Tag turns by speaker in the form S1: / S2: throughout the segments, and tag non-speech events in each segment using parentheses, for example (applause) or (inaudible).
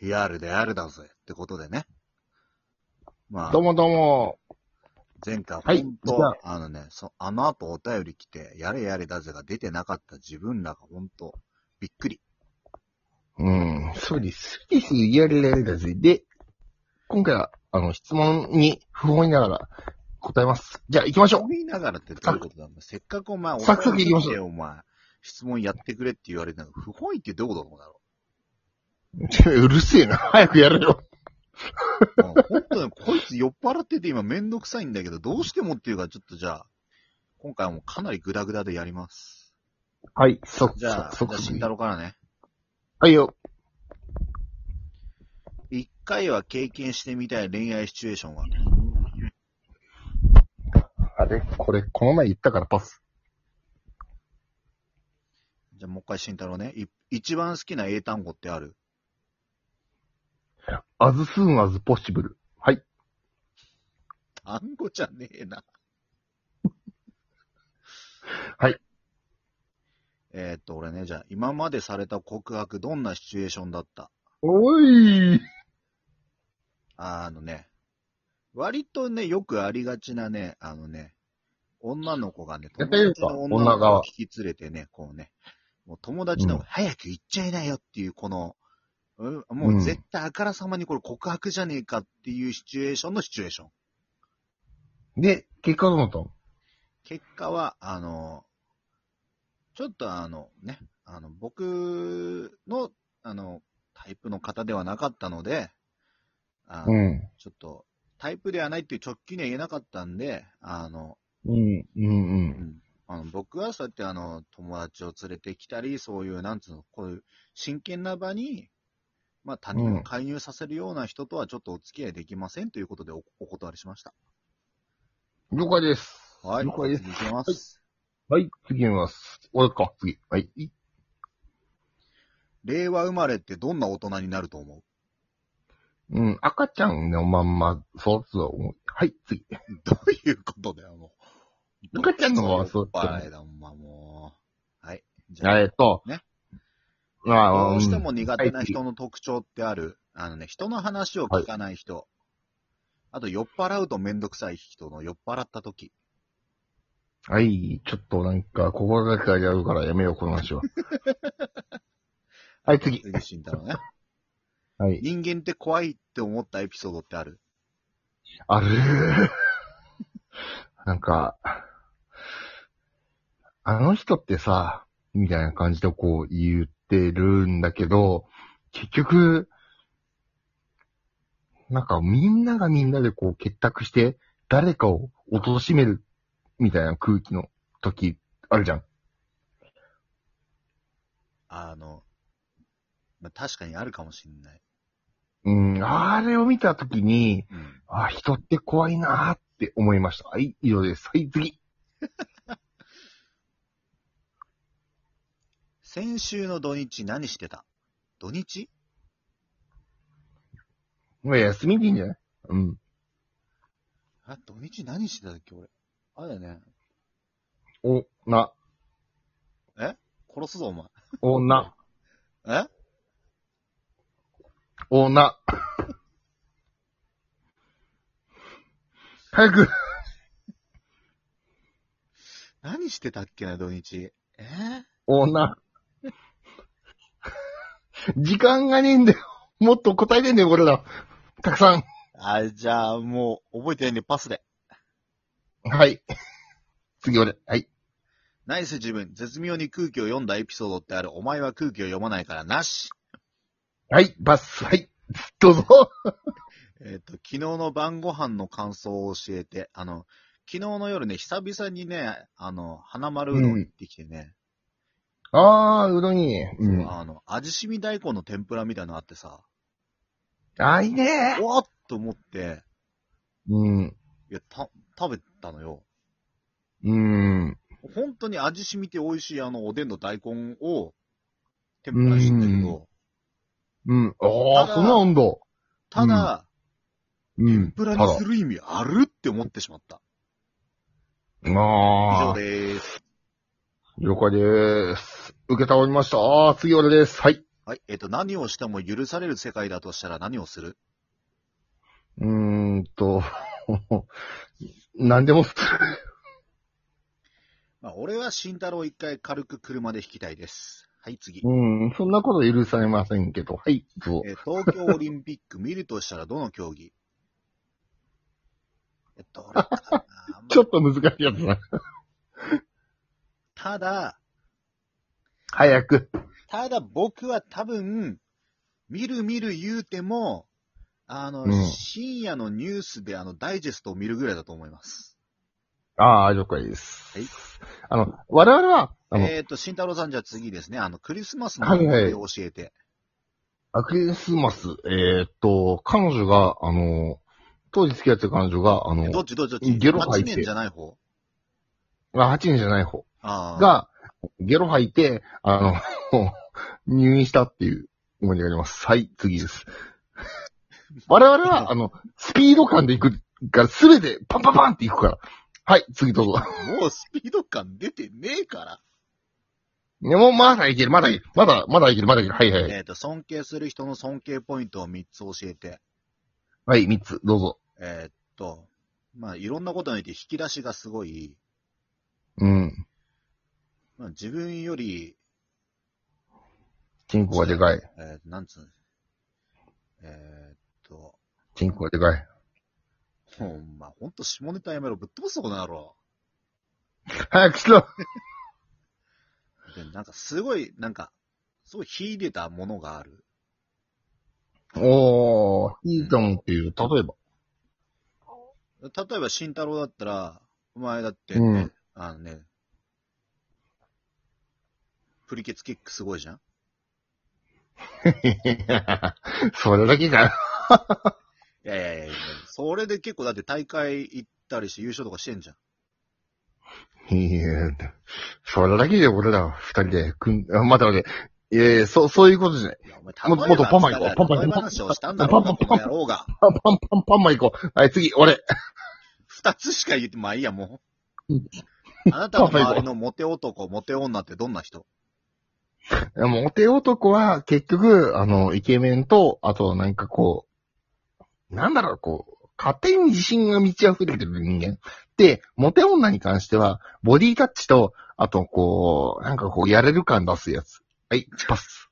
S1: やるでやるだぜってことでね。まあ
S2: どう、もどうも。
S1: 前回
S2: はい
S1: 本
S2: じゃ
S1: 当、あのね、そあの後お便り来て、やれやれだぜが出てなかった自分らが本当、びっくり。
S2: うん、そうです。そうです。やれやれだぜ。で、今回は、あの、質問に不本意ながら答えます。じゃあ行きましょう
S1: 思。いながらってどういうことなんだせっかくお前、お
S2: サクサク
S1: 便り
S2: 行き
S1: 来
S2: ましょう
S1: てお前、質問やってくれって言われてんだけど不本意ってどういうことだろ
S2: (laughs) うるせえな。早くやれよ。
S1: ううん本当にこいつ酔っ払ってて今めんどくさいんだけど、どうしてもっていうか、ちょっとじゃあ、今回はもうかなりグダグダでやります。
S2: はい、そ、
S1: じゃあ、じ
S2: そ、
S1: ゃあ
S2: そ、
S1: 慎太郎からね。
S2: はいよ。
S1: 一回は経験してみたい恋愛シチュエーションは。
S2: あれこれ、この前言ったからパス。
S1: じゃあもう一回慎太郎ね。い一番好きな英単語ってある
S2: アズスーンアズポッシブル。はい。
S1: 単語じゃねえな。
S2: (laughs) はい。
S1: えー、っと、俺ね、じゃあ、今までされた告白、どんなシチュエーションだった
S2: おい
S1: あのね、割とね、よくありがちなね、あのね、女の子がね、
S2: 絶対言うか
S1: の女の
S2: 女
S1: 子
S2: 側
S1: を引き連れてね、こうね、もう友達の
S2: うん
S1: 早く行っちゃいなよっていう、この、うんもう絶対あからさまにこれ告白じゃねえかっていうシチュエーションのシチュエーション。
S2: で、結果どうなったの
S1: 結果は、あの、ちょっとあのね、あの、僕の、あの、タイプの方ではなかったので、あの
S2: うん。
S1: ちょっと、タイプではないっていう直球には言えなかったんで、あの、
S2: うん、うん、う。
S1: うんんあの僕はそうやってあの、友達を連れてきたり、そういう、なんつうの、こういう真剣な場に、まあ、他人を介入させるような人とはちょっとお付き合いできませんということでおお断りしました。
S2: 了解です。
S1: はい。
S2: 了解です
S1: 次行きます。
S2: はい、次見ます。俺か、次。はい。
S1: 令和生まれってどんな大人になると思う (laughs)
S2: うん、赤ちゃんのまんま育つと思う。はい、次。
S1: どういうことだよ、もう。
S2: 赤ちゃんの方はそう
S1: おっぱいだもん、まあもう。はい。じゃあ、
S2: えっと。
S1: ね。
S2: あ
S1: ど
S2: あ、
S1: うして
S2: うん
S1: も苦手な人の特徴ってある、あのね、人の話を聞かない人。あと、酔っ払うとめんどくさい人の酔っ払った時。
S2: はい、ちょっとなんか、心がけがやるからやめよう、この
S1: (laughs)
S2: 話は。はい、次。
S1: 次、慎太郎ね。 (laughs)
S2: はい。
S1: 人間って怖いって思ったエピソードってある
S2: ある (laughs) なんか、あの人ってさ、みたいな感じでこう言ってるんだけど、結局、なんかみんながみんなでこう結託して、誰かを貶める、みたいな空気の時、あるじゃん。
S1: あの、まあ、確かにあるかもしんない。
S2: うん、あれを見た時に、
S1: うん。
S2: あ、人って怖いなーって思いました。はい、以上です。はい、次。
S1: 先週の土日何してた土日
S2: もう休みでいいんじゃないうん。
S1: あ、土日何してたっけ、俺。あれだよね。
S2: お、な、
S1: 殺すぞ、お前。
S2: おな、
S1: え
S2: おな。早く
S1: 何してたっけな、土日。えー
S2: おな。時間がねえんだよ。もっと答えてんだよ、これら。たくさ
S1: あ、じゃあ、もう、覚えてないんで、パスで。
S2: ん。はい。次俺。はい。
S1: ナイス自分、絶妙に空気を読んだエピソードってある。お前は空気を読まないから、なし。
S2: はい、バス。はい。どうぞ。
S1: えっ、と、昨日の晩ご飯の感想を教えて、あの、昨日の夜ね、久々にね、あの、花丸うどん行ってきてね、
S2: あー、うどんいいね。うん。
S1: あの、味しみ大根の天ぷらみたいなのあってさ、
S2: あ、いいね
S1: おーっと思って、
S2: うん。
S1: いや、た、食べたのよ。
S2: うん。
S1: 本当に味しみて美味しいあの、おでんの大根を、天ぷらにしてんだけ
S2: う
S1: ど、
S2: うん。あ
S1: た
S2: ー、
S1: だ
S2: そんな温度。
S1: ただ、
S2: うん。
S1: プラ
S2: ただ
S1: にする意味あるって思ってしまった。以上
S2: ああ、
S1: でーす。
S2: 了解でーす。受けたおりました。ああ、次俺です。はい。
S1: はい。えっ、と、何をしても許される世界だとしたら何をする
S2: うーんと、 (laughs) 何でもす
S1: まあ、俺は慎太郎一回軽く車で引きたいです。はい、次。
S2: うん、そんなこと許されませんけど、はい、どうぞ。
S1: えー東京オリンピック見るとしたらどの競技えどれかな
S2: (laughs) ちょっと難しいやつな。
S1: ただ、
S2: 早く。
S1: ただ僕は多分、見る見る言うても、あの、
S2: うん
S1: 深夜のニュースであの、ダイジェストを見るぐらいだと思います。
S2: ああ、了解です。
S1: はい。
S2: あの、我々は、あの、
S1: えっ、と、慎太郎さんじゃあ次ですね、あの、クリスマスの
S2: はいはい
S1: 思い出を教えて。
S2: あクリスマス、えーっと、彼女が、あの、当時付き合ってた彼女が、あの、
S1: どっちどっちどっち
S2: ゲロ吐
S1: ?8
S2: いて
S1: 年じゃない方
S2: あ8人じゃない方
S1: ああ。
S2: が、ゲロ吐いて、あの、 (laughs) 入院したっていう思い出があります。はい、次です。我々は、あの、スピード感で行くから、すべてパンパンパンって行くから。はい、次どうぞ。
S1: もうスピード感出てねえから。
S2: ね、もうまだいける、まだいける、まだ、まだいける、まだいける。はいはいはい。
S1: えっ、と、尊敬する人の尊敬ポイントを3つ教えて。
S2: はい、3つ、どうぞ。
S1: えーっと、まあ、いろんなことにおいて引き出しがすごい、
S2: うん。
S1: まあ、自分より、
S2: チンコがでかい。
S1: えーなんつうの、えーっと、
S2: チンコがでかい。
S1: ほんま、ほんと下ネタやめろ、ぶっ飛ばすとこの野郎。
S2: 早くしろ
S1: で、なんかすごい、なんか、すごい秀でたものがある。
S2: おー、いいと思っていう。例えば。 (laughs)
S1: 例えば、慎太郎だったら、お前だって、
S2: うん
S1: あのね、プリケツキックすごいじゃん
S2: それだけかよ。
S1: いやいやいやいや、それで結構だって大会行ったりして優勝とかしてんじゃん。
S2: いや、それだけで俺ら二人で、くん、あ、待って待って。いやいや、そう、そういうことじゃない。
S1: いや、お
S2: も
S1: 前、
S2: もっとパンマイ
S1: 例えば
S2: パンマイ
S1: 例え話をしたんだろうな、
S2: パンマイ
S1: この野郎が。
S2: パンパンパンパンマイ行こう。はい、次、俺。
S1: 二つしか言って、まあいいや、も
S2: う
S1: う。あなたの周りのモテ男、モテ女ってどんな人
S2: モテ男は、結局、あの、イケメンと、あと、なんかこう、なんだろう、こう、勝手に自信が満ち溢れてる人間。で、モテ女に関しては、ボディタッチと、あと、こう、なんかこう、やれる感出すやつ。はい、パス。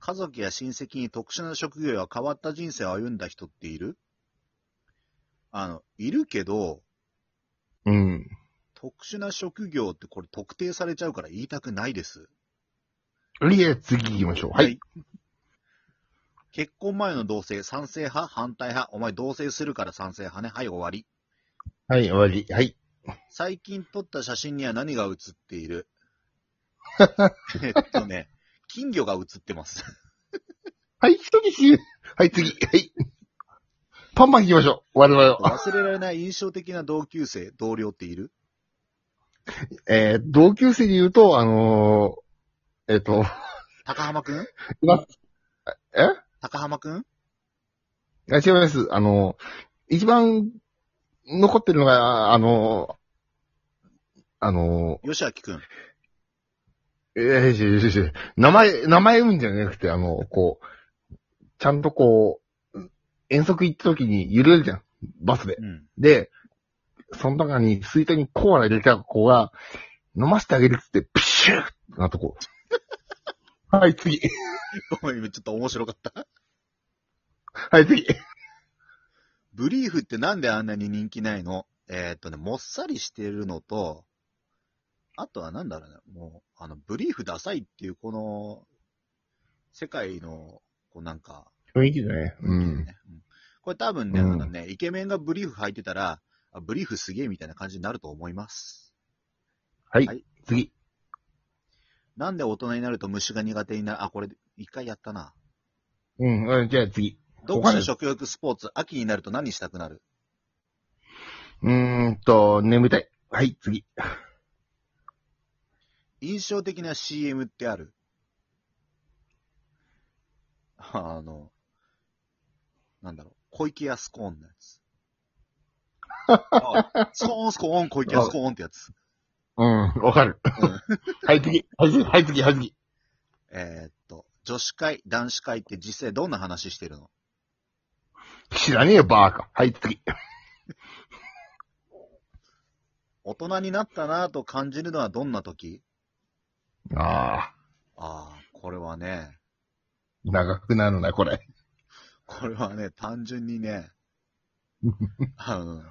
S1: 家族や親戚に特殊な職業や変わった人生を歩んだ人っているあの、いるけど、
S2: うん。
S1: 特殊な職業ってこれ特定されちゃうから言いたくないです。
S2: いえ、次行きましょう。はい。。
S1: 結婚前の同性、賛成派反対派お前同性するから賛成派ね。はい、終わり。
S2: はい、終わり。はい。
S1: 最近撮った写真には何が写ってい
S2: (laughs)
S1: るえっとね、金魚が写ってます。
S2: はい、一人死はい、次。はい。パンパン行きましょう。我々は。
S1: 忘れられない印象的な同級生、同僚っている
S2: えー、同級生で言うと、あのー、えっ、と、
S1: 高浜くん
S2: え
S1: 高浜くん
S2: あ違います。あのー、一番残ってるのが、あのー、あの
S1: 吉明くん
S2: ー、えー、ししし名前、名前うんじゃなくて、あのー、こう、ちゃんとこう、遠足行った時に揺れるじゃん。バスで。
S1: うん。
S2: で、その中に水筒にコーラ入れた子が、飲ませてあげるっつって、ピシューってなった子。 (laughs) はい、次。
S1: ごめん、ちょっと面白かった。
S2: はい、次。
S1: ブリーフってなんであんなに人気ないのえーっとね、もっさりしてるのと、あとはなんだろうね、もう、あの、ブリーフダサいっていう、この、世界の、こうなんか、
S2: 雰囲気だね。うん。
S1: これ多分ね、
S2: うん
S1: なんかね、イケメンがブリーフ履いてたら、あブリーフすげえみたいな感じになると思います。
S2: はい、
S1: はい
S2: 次。
S1: なんで大人になると虫が苦手になる、あ、これ、一回やったな。
S2: うん、うんじゃあ次。
S1: 読
S2: 他
S1: 書、
S2: に
S1: 食欲、スポーツ、秋になると何したくなる
S2: うーんと、眠たい。はい、次。
S1: 印象的な CM ってあるあの、なんだろう、小池康コーンのやつ。あスコーンスコーン、小池康コーンってやつ。
S2: うん、わかる。はい、次。はい、次。はい、次。はい、次。
S1: えーっと、女子会、男子会って実際どんな話してるの
S2: 知らねえよ、バーカ。はい、次。
S1: 大人になったなぁと感じるのはどんな時
S2: ああ、
S1: ああ、これはね、
S2: 長くなるな、これ。
S1: これはね、単純にね、あの、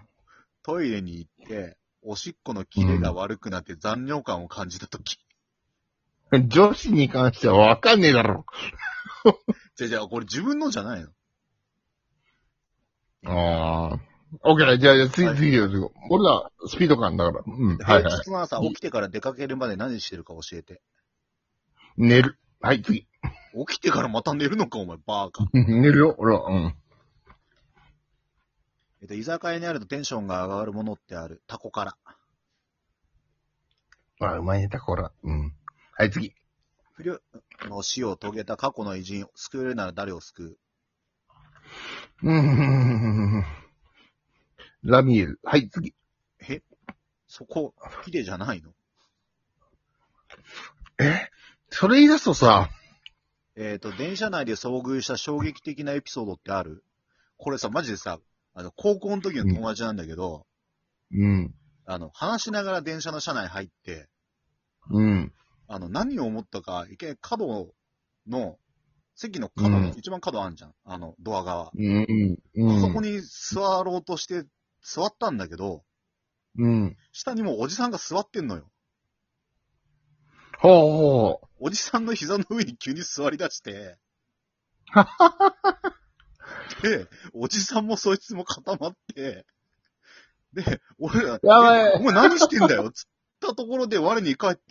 S1: トイレに行って、おしっこのキレが悪くなって残尿感を感じた時。 (laughs)
S2: 女子に関してはわかんねえだろ。
S1: じゃじゃあこれ自分のじゃないの
S2: ああ。オッケー、じゃあ、じゃあ次、
S1: はい
S2: 次よ、次。俺ら、スピード感だから。うん、は
S1: 平
S2: いはい。
S1: 日の朝起きてから出かけるまで何してるか教えて。
S2: 寝る。はい、次。
S1: 起きてからまた寝るのかお前、バーカ。
S2: うん寝るよ、俺は。うん。
S1: えっと、居酒屋にあるとテンションが上がるものってある。タコから。
S2: ああ、うまいね、タコラ。うん。はい、次。
S1: 不良の死を遂げた過去の偉人、救えるなら誰を救う
S2: うん。ラミエル。はい、次。
S1: えそ
S2: (laughs)
S1: こ、ヒデじゃないの
S2: それ言い出すとさ、
S1: えっ、と、電車内で遭遇した衝撃的なエピソードってあるこれさ、マジでさ、あの、高校の時の友達なんだけど、
S2: うん。
S1: あの、話しながら電車の車内入って、
S2: うん。
S1: あの、何を思ったか、一回角の、席の角の、
S2: うん
S1: 一番角あんじゃん。あの、ドア側。
S2: うん。う
S1: あ
S2: ん。
S1: そこに座ろうとして、座ったんだけど、
S2: うん。
S1: 下にもうおじさんが座ってんのよ。
S2: ほうほう。
S1: おじさんの膝の上に急に座り出して、で、おじさんもそいつも固まって、で、俺ら、
S2: やばい
S1: お前何してんだよっつったところで我に返って、